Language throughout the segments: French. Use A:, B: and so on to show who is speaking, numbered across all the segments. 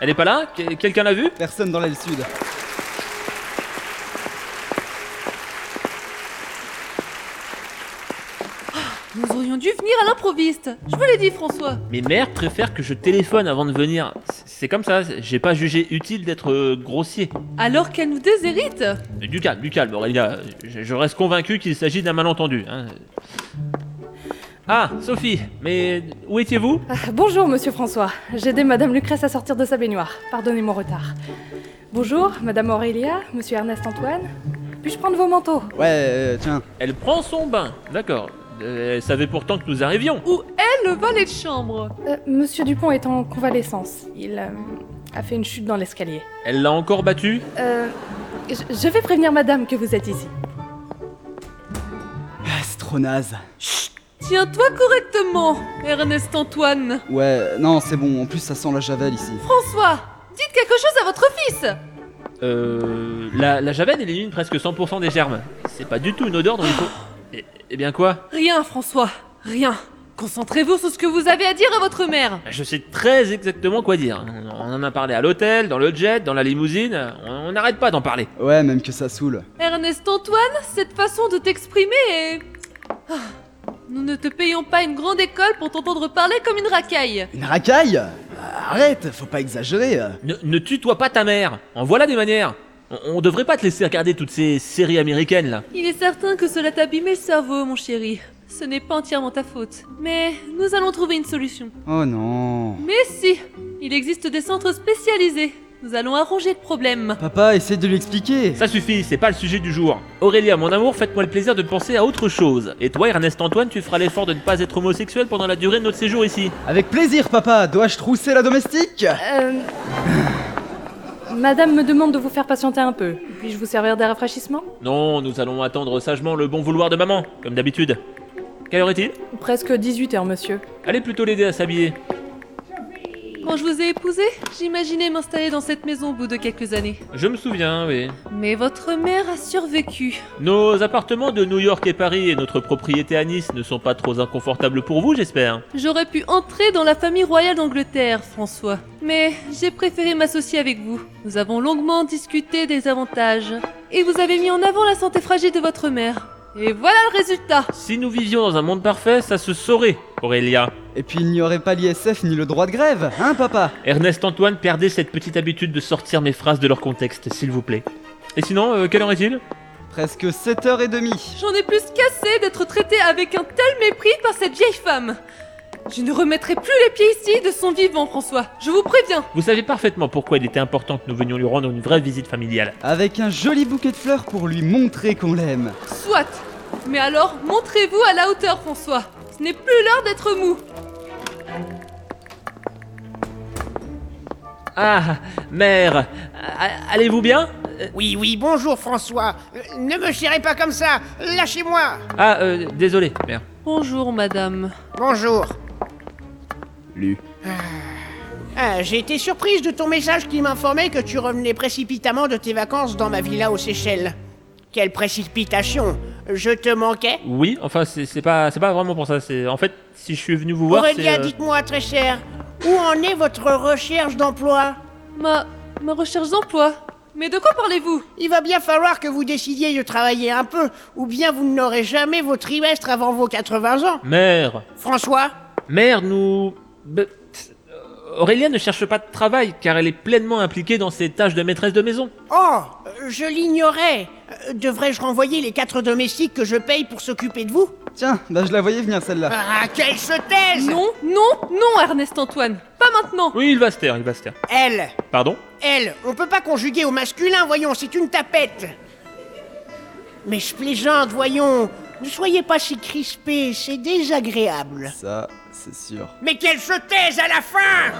A: Elle est pas là Quel- Quelqu'un l'a vue
B: Personne dans l'aile sud.
C: Nous aurions dû venir à l'improviste. Je vous l'ai dit, François.
A: Mes mères préfèrent que je téléphone avant de venir. C- C'est comme ça, j'ai pas jugé utile d'être euh, grossier.
C: Alors qu'elle nous déshérite.
A: Mais Du calme, du calme, Aurélia. Je, je reste convaincu qu'il s'agit d'un malentendu. hein. Ah, Sophie, mais où étiez-vous
D: Ah, bonjour, monsieur François. J'ai aidé madame Lucrèce à sortir de sa baignoire. Pardonnez mon retard. Bonjour, madame Aurélia, monsieur Ernest Antoine. Puis-je prendre vos manteaux
B: Ouais, euh, tiens.
A: Elle prend son bain, d'accord. Euh, Elle savait pourtant que nous arrivions.
C: Où est le valet de chambre
D: Euh, Monsieur Dupont est en convalescence. Il euh, a fait une chute dans l'escalier.
A: Elle l'a encore battu
D: Euh, je je vais prévenir madame que vous êtes ici.
B: Ah, c'est trop naze.
C: Tiens-toi correctement, Ernest Antoine.
B: Ouais, non, c'est bon. En plus, ça sent la javel ici.
C: François, dites quelque chose à votre fils.
A: Euh. La, la javel élimine presque 100% des germes. C'est pas du tout une odeur dont il faut. Eh, eh bien quoi
C: Rien, François, rien. Concentrez-vous sur ce que vous avez à dire à votre mère.
A: Je sais très exactement quoi dire. On, on en a parlé à l'hôtel, dans le jet, dans la limousine. On- On n'arrête pas d'en parler.
B: Ouais, même que ça saoule.
C: Ernest Antoine, cette façon de t'exprimer est... Ah, Nous ne te payons pas une grande école pour t'entendre parler comme une racaille.
B: Une racaille Bah, Arrête, faut pas exagérer.
A: Ne, ne tutoie pas ta mère. En voilà des manières. On, on devrait pas te laisser regarder toutes ces séries américaines là.
C: Il est certain que cela t'a abîmé le cerveau, mon chéri. Ce n'est pas entièrement ta faute. Mais nous allons trouver une solution.
B: Oh non.
C: Mais si Il existe des centres spécialisés. Nous allons arranger le problème.
B: Papa, essaie de lui expliquer.
A: Ça suffit, c'est pas le sujet du jour. Aurélia, mon amour, faites-moi le plaisir de penser à autre chose. Et toi, Ernest Antoine, tu feras l'effort de ne pas être homosexuel pendant la durée de notre séjour ici.
B: Avec plaisir, papa. Dois-je trousser la domestique
D: Euh, madame me demande de vous faire patienter un peu. Puis-je vous servir des rafraîchissements
A: Non, nous allons attendre sagement le bon vouloir de maman, comme d'habitude. Quelle heure est-il
D: Presque 18h, monsieur.
A: Allez plutôt l'aider à s'habiller.
C: Quand je vous ai épousé, j'imaginais m'installer dans cette maison au bout de quelques années.
A: Je me souviens, oui.
C: Mais votre mère a survécu.
A: Nos appartements de New York et Paris et notre propriété à Nice ne sont pas trop inconfortables pour vous, j'espère.
C: J'aurais pu entrer dans la famille royale d'Angleterre, François. Mais j'ai préféré m'associer avec vous. Nous avons longuement discuté des avantages. Et vous avez mis en avant la santé fragile de votre mère. Et voilà le résultat
A: Si nous vivions dans un monde parfait, ça se saurait, Aurélia.
B: Et puis, il n'y aurait pas l'ISF ni le droit de grève, hein, papa
A: Ernest Antoine, perdez cette petite habitude de sortir mes phrases de leur contexte, s'il vous plaît. Et sinon, euh, quelle heure est-il
B: Presque 7h30.
C: J'en ai plus qu'assez d'être traité avec un tel mépris par cette vieille femme. Je ne remettrai plus les pieds ici de son vivant, François. Je vous préviens.
A: Vous savez parfaitement pourquoi il était important que nous venions lui rendre une vraie visite familiale.
B: Avec un joli bouquet de fleurs pour lui montrer qu'on l'aime.
C: Soit. Mais alors, montrez-vous à la hauteur, François. Ce n'est plus l'heure d'être mou.
A: Ah, mère, a- allez-vous bien
E: Oui, oui, bonjour François. Euh, Ne me chérez pas comme ça. Lâchez-moi.
A: Ah, euh, désolé, mère.
C: Bonjour, madame.
E: Bonjour.
B: Lu.
E: Ah, J'ai été surprise de ton message qui m'informait que tu revenais précipitamment de tes vacances dans ma villa aux Seychelles. Quelle précipitation Je te manquais
A: Oui, enfin, c'est c'est pas, c'est pas vraiment pour ça. C'est en fait, si je suis venu vous voir, c'est.
E: Aurélia,
A: euh,
E: dites-moi très cher, où en est votre recherche d'emploi
C: Ma. ma recherche d'emploi. Mais de quoi parlez-vous
E: Il va bien falloir que vous décidiez de travailler un peu, ou bien vous n'aurez jamais vos trimestres avant vos 80 ans.
A: Mère,
E: François
A: mère, nous. Be- tss, Aurélia ne cherche pas de travail car elle est pleinement impliquée dans ses tâches de maîtresse de maison.
E: Oh, euh, je l'ignorais. Euh, Devrais-je renvoyer les quatre domestiques que je paye pour s'occuper de vous
B: Tiens, bah je la voyais venir celle-là.
E: Ah, quelle taise
C: Non, non, non, Ernest Antoine. Pas maintenant.
A: Oui, il va se taire, il va se taire.
E: Elle
A: Pardon
E: Elle On peut pas conjuguer au masculin, voyons, c'est une tapette Mais je plaisante, voyons Ne soyez pas si crispés, c'est désagréable.
B: Ça, c'est sûr.
E: Mais quelle taise à la fin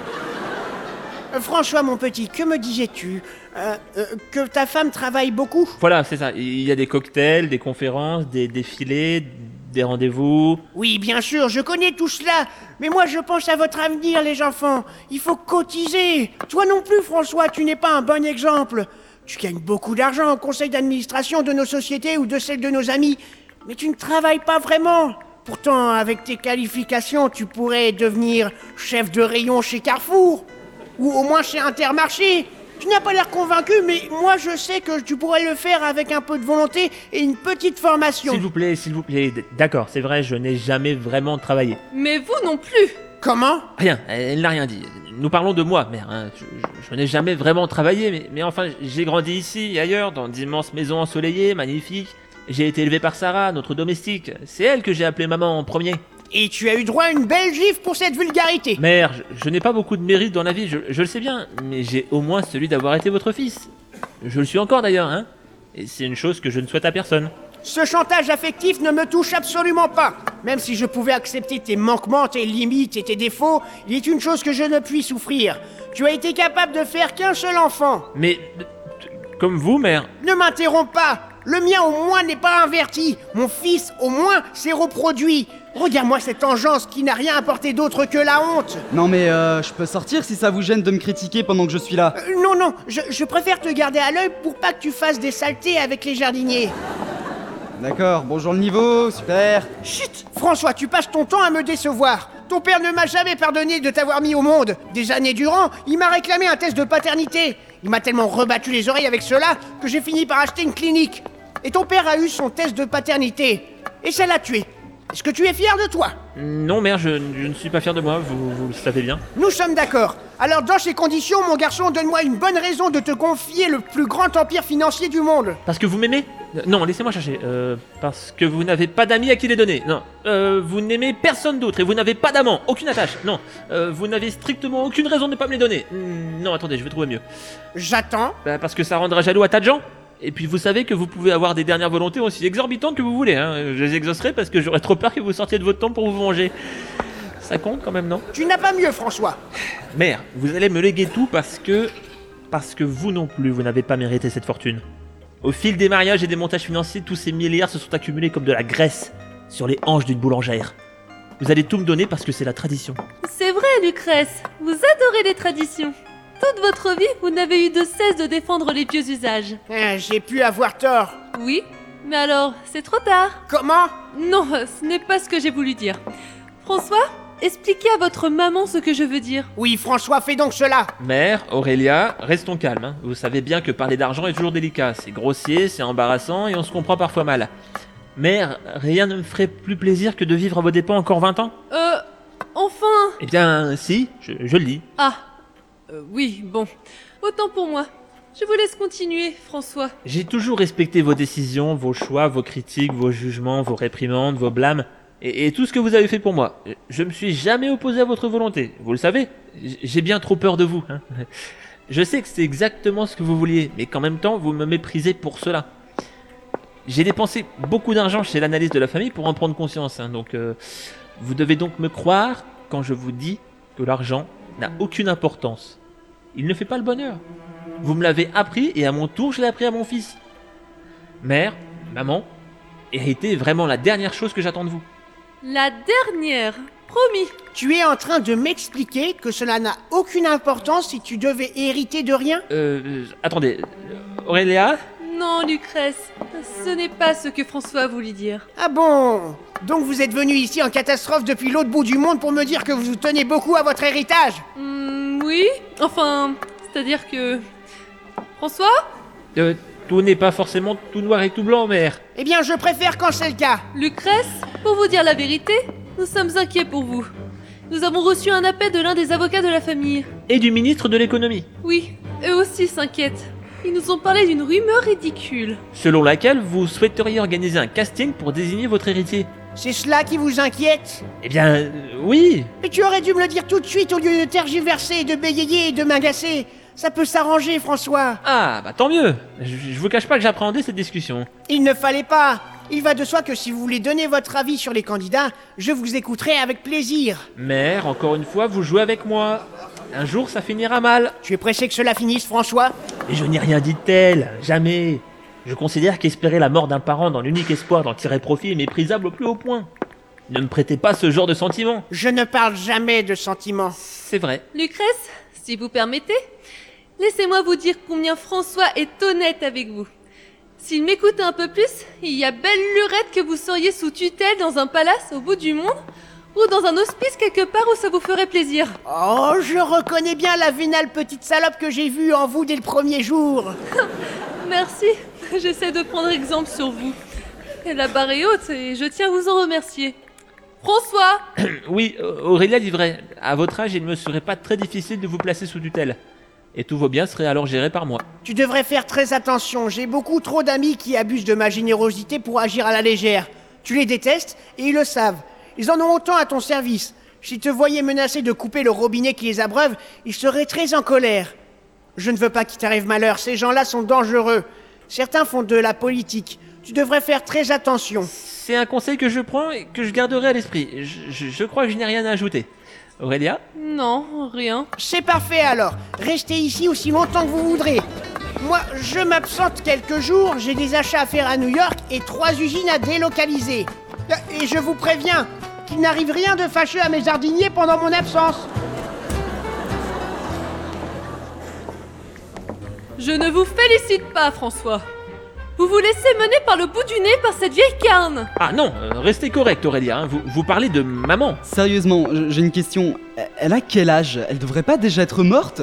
E: Euh, François, mon petit, que me disais-tu Euh, euh, Que ta femme travaille beaucoup
A: Voilà, c'est ça. Il y a des cocktails, des conférences, des défilés, des rendez-vous.
E: Oui, bien sûr, je connais tout cela. Mais moi, je pense à votre avenir, les enfants. Il faut cotiser. Toi non plus, François, tu n'es pas un bon exemple. Tu gagnes beaucoup d'argent au conseil d'administration de nos sociétés ou de celles de nos amis. Mais tu ne travailles pas vraiment. Pourtant, avec tes qualifications, tu pourrais devenir chef de rayon chez Carrefour. ou au moins chez Intermarché. Tu n'as pas l'air convaincu, mais moi je sais que tu pourrais le faire avec un peu de volonté et une petite formation.
A: S'il vous plaît, s'il vous plaît. D- D'accord, c'est vrai, je n'ai jamais vraiment travaillé.
C: Mais vous non plus
E: Comment
A: Rien, elle n'a rien dit. Nous parlons de moi, mère. hein. Je, je- je n'ai jamais vraiment travaillé, mais, mais enfin, j'ai grandi ici et ailleurs, dans d'immenses maisons ensoleillées, magnifiques. J'ai été élevé par Sarah, notre domestique. C'est elle que j'ai appelée maman en premier.
E: Et tu as eu droit à une belle gifle pour cette vulgarité.
A: Mère, je, je n'ai pas beaucoup de mérite dans la vie, je, je le sais bien, mais j'ai au moins celui d'avoir été votre fils. Je le suis encore d'ailleurs, hein. Et c'est une chose que je ne souhaite à personne.
E: Ce chantage affectif ne me touche absolument pas. Même si je pouvais accepter tes manquements, tes limites et tes défauts, il est une chose que je ne puis souffrir. Tu as été capable de faire qu'un seul enfant.
A: Mais, euh, t- comme vous, mère,
E: Ne m'interromps pas Le mien au moins n'est pas inverti Mon fils au moins s'est reproduit Regarde-moi cette engeance qui n'a rien apporté d'autre que la honte
B: Non mais euh, je peux sortir si ça vous gêne de me critiquer pendant que je suis là.
E: Euh, Non, non, je, je préfère te garder à l'œil pour pas que tu fasses des saletés avec les jardiniers
B: D'accord, bonjour le niveau, super.
E: Chut François, tu passes ton temps à me décevoir Ton père ne m'a jamais pardonné de t'avoir mis au monde Des années durant, il m'a réclamé un test de paternité Il m'a tellement rebattu les oreilles avec cela que j'ai fini par acheter une clinique Et ton père a eu son test de paternité Et ça l'a tué Est-ce que tu es fier de toi
A: non, mère, je, je ne suis pas fier de moi, vous, vous le savez bien.
E: Nous sommes d'accord. Alors dans ces conditions, mon garçon, donne-moi une bonne raison de te confier le plus grand empire financier du monde.
A: Parce que vous m'aimez Euh, Non, laissez-moi chercher. Euh, parce que vous n'avez pas d'amis à qui les donner. Non. Euh, vous n'aimez personne d'autre et vous n'avez pas d'amant. Aucune attache. Non. Euh, vous n'avez strictement aucune raison de ne pas me les donner. Hmm, non, attendez, je vais trouver mieux.
E: J'attends.
A: Bah, parce que ça rendra jaloux à tas de gens. Et puis vous savez que vous pouvez avoir des dernières volontés aussi exorbitantes que vous voulez. hein. Je les exaucerai parce que j'aurais trop peur que vous sortiez de votre temps pour vous venger. Ça compte quand même, non
E: Tu n'as pas mieux, François.
A: Mère, vous allez me léguer tout parce que. Parce que vous non plus, vous n'avez pas mérité cette fortune. Au fil des mariages et des montages financiers, tous ces milliards se sont accumulés comme de la graisse sur les hanches d'une boulangère. Vous allez tout me donner parce que c'est la tradition.
C: C'est vrai, Lucrèce, vous adorez les traditions. Toute votre vie, vous n'avez eu de cesse de défendre les vieux usages.
E: Ah, J'ai pu avoir tort.
C: Oui, mais alors, c'est trop tard.
E: Comment
C: Non, ce n'est pas ce que j'ai voulu dire. François, expliquez à votre maman ce que je veux dire.
E: Oui, François, fais donc cela.
A: Mère, Aurélia, restons calmes. hein. Vous savez bien que parler d'argent est toujours délicat. C'est grossier, c'est embarrassant et on se comprend parfois mal. Mère, rien ne me ferait plus plaisir que de vivre à vos dépens encore 20 ans
C: Euh, enfin
A: Eh bien, si, je, je le dis.
C: Ah, euh, oui, bon. Autant pour moi. Je vous laisse continuer, François.
A: J'ai toujours respecté vos décisions, vos choix, vos critiques, vos jugements, vos réprimandes, vos blâmes, et, et tout ce que vous avez fait pour moi. Je- Je me suis jamais opposé à votre volonté, vous le savez. J- J'ai bien trop peur de vous. hein. Je sais que c'est exactement ce que vous vouliez, mais qu'en même temps, vous me méprisez pour cela. J'ai dépensé beaucoup d'argent chez l'analyse de la famille pour en prendre conscience, hein, donc euh, vous devez donc me croire quand je vous dis que l'argent n'a aucune importance. Il ne fait pas le bonheur. Vous me l'avez appris et à mon tour, je l'ai appris à mon fils. Mère, maman, héritez est vraiment la dernière chose que j'attends de vous.
C: La dernière, promis.
E: Tu es en train de m'expliquer que cela n'a aucune importance si tu devais hériter de rien
A: Euh, euh, attendez, euh, Aurélia
C: Non, Lucrèce, ce n'est pas ce que François voulait dire.
E: Ah bon Donc vous êtes venu ici en catastrophe depuis l'autre bout du monde pour me dire que vous tenez beaucoup à votre héritage
C: Hmm, oui, enfin, c'est-à-dire que... François
A: Euh, Tout n'est pas forcément tout noir et tout blanc, mère.
E: Eh bien, je préfère quand c'est le cas.
C: Lucrèce, pour vous dire la vérité, nous sommes inquiets pour vous. Nous avons reçu un appel de l'un des avocats de la famille.
A: Et du ministre de l'économie,
C: Oui, eux aussi s'inquiètent. Ils nous ont parlé d'une rumeur ridicule.
A: selon laquelle vous souhaiteriez organiser un casting pour désigner votre héritier.
E: C'est cela qui vous inquiète
A: Eh bien, euh, oui
E: Mais tu aurais dû me le dire tout de suite au lieu de tergiverser, de bégayer et de m'agacer. Ça peut s'arranger, François.
A: Ah, bah tant mieux Je, je vous cache pas que j'appréhendais cette discussion.
E: Il ne fallait pas. Il va de soi que si vous voulez donner votre avis sur les candidats, je vous écouterai avec plaisir.
A: Mère, encore une fois, vous jouez avec moi. Un jour, ça finira mal.
E: Tu es pressé que cela finisse, François
A: Mais je n'ai rien dit de tel, jamais. Je considère qu'espérer la mort d'un parent dans l'unique espoir d'en tirer profit est méprisable au plus haut point. Ne me prêtez pas ce genre de sentiment.
E: Je ne parle jamais de sentiments.
A: C'est vrai.
C: Lucrèce, si vous permettez, laissez-moi vous dire combien François est honnête avec vous. S'il m'écoute un peu plus, il y a belle lurette que vous seriez sous tutelle dans un palace au bout du monde, ou dans un hospice quelque part où ça vous ferait plaisir.
E: Oh, je reconnais bien la vénale petite salope que j'ai vue en vous dès le premier jour.
C: Merci, j'essaie de prendre exemple sur vous. Et la barre est haute et je tiens à vous en remercier. François
A: Oui, Aurélia dit vrai. À votre âge, il ne me serait pas très difficile de vous placer sous tutelle. Et tous vos biens seraient alors gérés par moi.
E: Tu devrais faire très attention, j'ai beaucoup trop d'amis qui abusent de ma générosité pour agir à la légère. Tu les détestes et ils le savent. Ils en ont autant à ton service. S'ils te voyaient menacer de couper le robinet qui les abreuve, ils seraient très en colère. Je ne veux pas qu'il t'arrive malheur, ces gens-là sont dangereux. Certains font de la politique. Tu devrais faire très attention.
A: C'est un conseil que je prends et que je garderai à l'esprit. Je, je- je crois que je n'ai rien à ajouter. Aurélia
C: Non, rien.
E: C'est parfait alors. Restez ici aussi longtemps que vous voudrez. Moi, je m'absente quelques jours, j'ai des achats à faire à New York et trois usines à délocaliser. Et je vous préviens qu'il n'arrive rien de fâcheux à mes jardiniers pendant mon absence.
C: Je ne vous félicite pas, François. Vous vous laissez mener par le bout du nez par cette vieille carne.
A: Ah non, euh, restez correct, Aurélia. hein. Vous, vous parlez de maman.
B: Sérieusement, j- j'ai une question. Elle- Elle a quel âge Elle devrait pas déjà être morte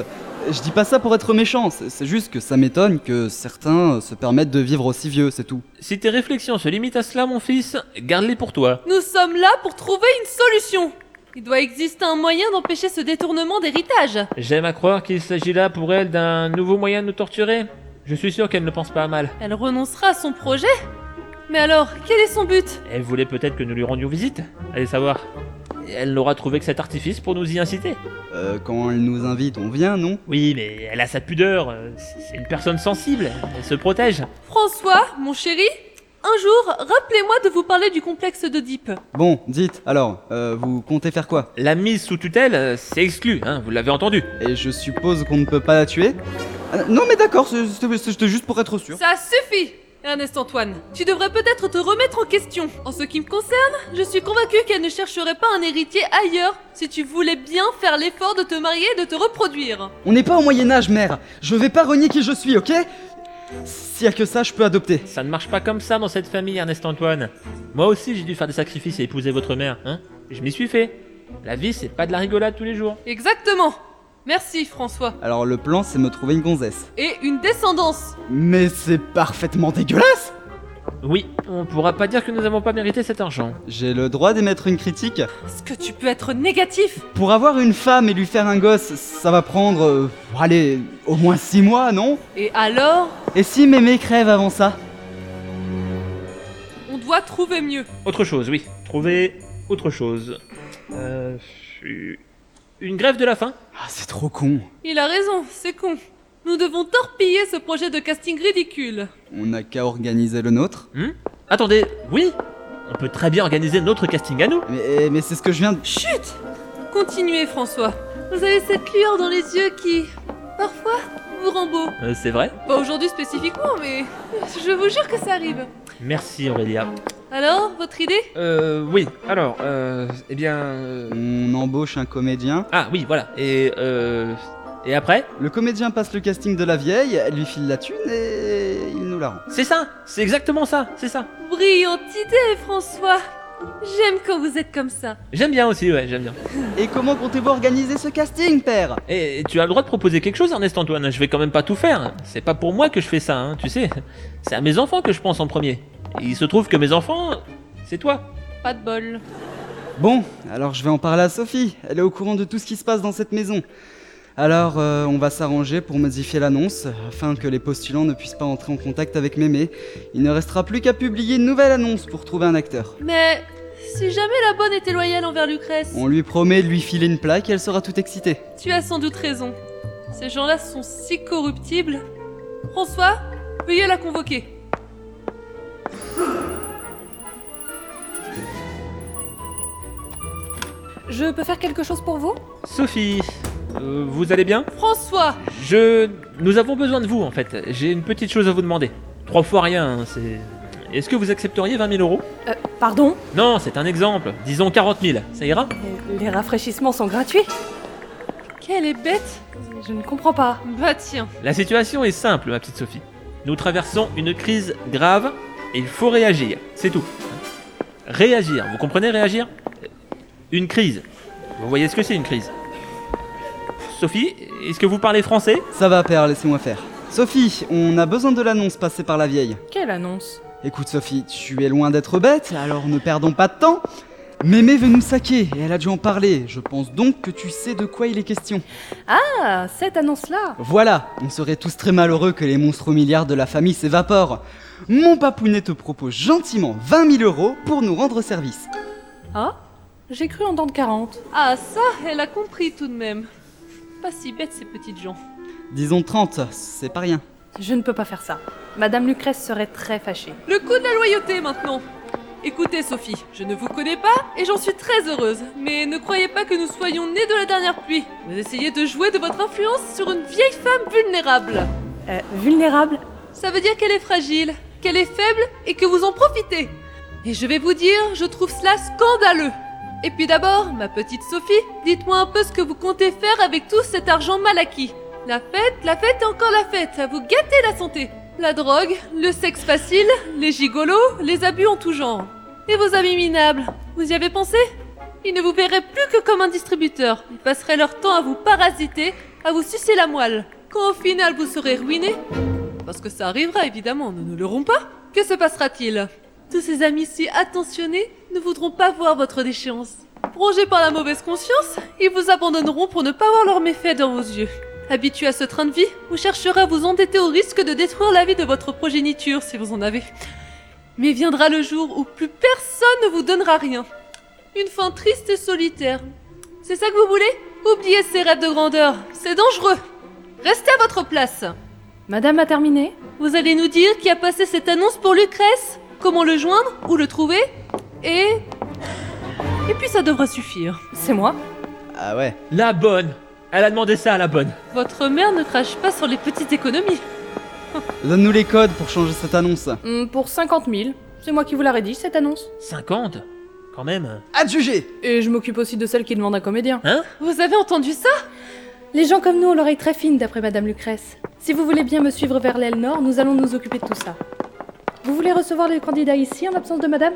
B: Je dis pas ça pour être méchant, c'est c'est juste que ça m'étonne que certains euh, se permettent de vivre aussi vieux, c'est tout.
A: Si tes réflexions se limitent à cela, mon fils, garde-les pour toi.
C: Nous sommes là pour trouver une solution. Il doit exister un moyen d'empêcher ce détournement d'héritage.
A: J'aime à croire qu'il s'agit là pour elle d'un nouveau moyen de nous torturer. Je suis sûr qu'elle ne pense pas à mal.
C: Elle renoncera à son projet Mais alors, quel est son but
A: Elle voulait peut-être que nous lui rendions visite. Allez savoir. Elle n'aura trouvé que cet artifice pour nous y inciter.
B: Euh, quand elle nous invite, on vient, non
A: Oui, mais elle a sa pudeur. euh, C'est c'est une personne sensible. Elle se protège.
C: François, mon chéri, un jour, rappelez-moi de vous parler du complexe d'Oedipe.
B: Bon, dites, alors, euh, vous comptez faire quoi
A: La mise sous tutelle, euh, c'est exclu, hein, vous l'avez entendu.
B: Et je suppose qu'on ne peut pas la tuer Ah, Non mais d'accord, c'est- c'était c'était juste pour être sûr.
C: Ça suffit Ernest Antoine, tu devrais peut-être te remettre en question. En ce qui me concerne, je suis convaincue qu'elle ne chercherait pas un héritier ailleurs si tu voulais bien faire l'effort de te marier et de te reproduire.
B: On n'est pas au Moyen Âge, mère. Je vais pas renier qui je suis, ok S'il y a que ça, je peux adopter.
A: Ça ne marche pas comme ça dans cette famille, Ernest Antoine. Moi aussi, j'ai dû faire des sacrifices et épouser votre mère, hein. Je m'y suis fait. La vie, c'est pas de la rigolade tous les jours.
C: Exactement Merci François.
B: Alors le plan, c'est me trouver une gonzesse.
C: Et une descendance
B: Mais c'est parfaitement dégueulasse
A: Oui, on pourra pas dire que nous avons pas mérité cet argent.
B: J'ai le droit d'émettre une critique.
C: Est-ce que tu peux être négatif
B: Pour avoir une femme et lui faire un gosse, ça va prendre, euh, allez, au moins 6 mois, non
C: Et alors,
B: Et si mémé crève avant ça
C: on doit trouver mieux.
A: Autre chose, oui. Trouver autre chose. Euh, une grève de la faim
B: Ah, c'est trop con.
C: Il a raison, c'est con. Nous devons torpiller ce projet de casting ridicule.
B: On n'a qu'à organiser le nôtre.
A: Attendez, oui On peut très bien organiser notre casting à nous.
B: Mais, mais c'est ce que je viens de...
C: Chut Continuez, François. Vous avez cette lueur dans les yeux qui, parfois, vous rend beau.
A: Euh, c'est vrai
C: Pas Bah, aujourd'hui spécifiquement, mais je vous jure que ça arrive.
A: Merci Aurélia.
C: Alors, votre idée
A: Euh, oui, alors, euh, eh bien... euh,
B: On embauche un comédien.
A: Ah oui, voilà. Et, euh, et après
B: Le comédien passe le casting de la vieille, elle lui file la thune et il nous la rend.
A: C'est ça C'est exactement ça, c'est ça.
C: Brillante idée, François. J'aime quand vous êtes comme ça.
A: J'aime bien aussi, ouais, j'aime bien.
B: Et comment comptez-vous organiser ce casting, père
A: Et tu as le droit de proposer quelque chose, Ernest Antoine. Je vais quand même pas tout faire. C'est pas pour moi que je fais ça, hein, tu sais. C'est à mes enfants que je pense en premier. Et il se trouve que mes enfants, c'est toi.
C: Pas de bol.
B: Bon, alors je vais en parler à Sophie. Elle est au courant de tout ce qui se passe dans cette maison. Alors, euh, on va s'arranger pour modifier l'annonce, afin que les postulants ne puissent pas entrer en contact avec Mémé. Il ne restera plus qu'à publier une nouvelle annonce pour trouver un acteur.
C: Mais si jamais la bonne était loyale envers Lucrèce,
B: On lui promet de lui filer une plaque et elle sera tout excitée.
C: tu as sans doute raison. Ces gens-là sont si corruptibles. François, veuillez la convoquer.
D: Je peux faire quelque chose pour vous
A: Sophie, euh, vous allez bien
C: François
A: Je... Nous avons besoin de vous, en fait. J'ai une petite chose à vous demander. Trois fois rien, hein, c'est... Est-ce que vous accepteriez 20 000 euros
D: Euh, pardon
A: Non, c'est un exemple. Disons 40 000, ça ira
D: Les rafraîchissements sont gratuits
C: Quelle est bête
D: Je ne comprends pas.
C: Bah tiens,
A: La situation est simple, ma petite Sophie. Nous traversons une crise grave et il faut réagir. C'est tout. Réagir, vous comprenez réagir Une crise. Vous voyez ce que c'est une crise Sophie, est-ce que vous parlez français
B: Ça va, père, laissez-moi faire. Sophie, on a besoin de l'annonce passée par la vieille.
D: Quelle annonce
B: Écoute, Sophie, tu es loin d'être bête, alors ne perdons pas de temps. Mémé veut nous saquer et elle a dû en parler. Je pense donc que tu sais de quoi il est question.
D: Ah, cette annonce-là
B: Voilà, on serait tous très malheureux que les monstres aux milliards de la famille s'évaporent. Mon papounet te propose gentiment 20 000 euros pour nous rendre service.
D: Ah J'ai cru entendre 40.
C: Ah ça, elle a compris tout de même. Pas si bête ces petites gens.
B: Disons 30, c'est pas rien.
D: Je ne peux pas faire ça. Madame Lucrèce serait très fâchée.
C: Le coup de la loyauté maintenant. Écoutez Sophie, je ne vous connais pas et j'en suis très heureuse, mais ne croyez pas que nous soyons nés de la dernière pluie. Vous essayez de jouer de votre influence sur une vieille femme vulnérable.
D: Euh, vulnérable
C: Ça veut dire qu'elle est fragile, qu'elle est faible et que vous en profitez. Et je vais vous dire, je trouve cela scandaleux. Et puis d'abord, ma petite Sophie, dites-moi un peu ce que vous comptez faire avec tout cet argent mal acquis. La fête, la fête et encore la fête, à vous gâter la santé. La drogue, le sexe facile, les gigolos, les abus en tout genre. Et vos amis minables, vous y avez pensé Ils ne vous verraient plus que comme un distributeur. Ils passeraient leur temps à vous parasiter, à vous sucer la moelle. Quand au final vous serez ruiné, parce que ça arrivera évidemment, nous ne l'aurons pas, que se passera-t-il Tous ces amis si attentionnés ne voudront pas voir votre déchéance. Rongés par la mauvaise conscience, ils vous abandonneront pour ne pas voir leurs méfaits dans vos yeux. Habitué à ce train de vie, vous chercherez à vous endetter au risque de détruire la vie de votre progéniture si vous en avez. Mais viendra le jour où plus personne ne vous donnera rien. Une fin triste et solitaire. C'est ça que vous voulez Oubliez ces rêves de grandeur. C'est dangereux. Restez à votre place.
D: Madame a terminé
C: Vous allez nous dire qui a passé cette annonce pour Lucrèce, comment le joindre, où le trouver, et. Et puis ça devra suffire.
D: C'est moi
B: Ah ouais.
A: La bonne Elle a demandé ça à la bonne.
C: Votre mère ne crache pas sur les petites économies.
B: Donne-nous les codes pour changer cette annonce.
D: Hum, Pour 50 000. C'est moi qui vous la rédige, cette annonce.
A: 50 Quand même.
B: Adjugé
D: Et je m'occupe aussi de celle qui demande un comédien.
A: Hein
C: Vous avez entendu ça
D: Les gens comme nous ont l'oreille très fine, d'après Madame Lucrèce. Si vous voulez bien me suivre vers l'aile nord, nous allons nous occuper de tout ça. Vous voulez recevoir les candidats ici en absence de Madame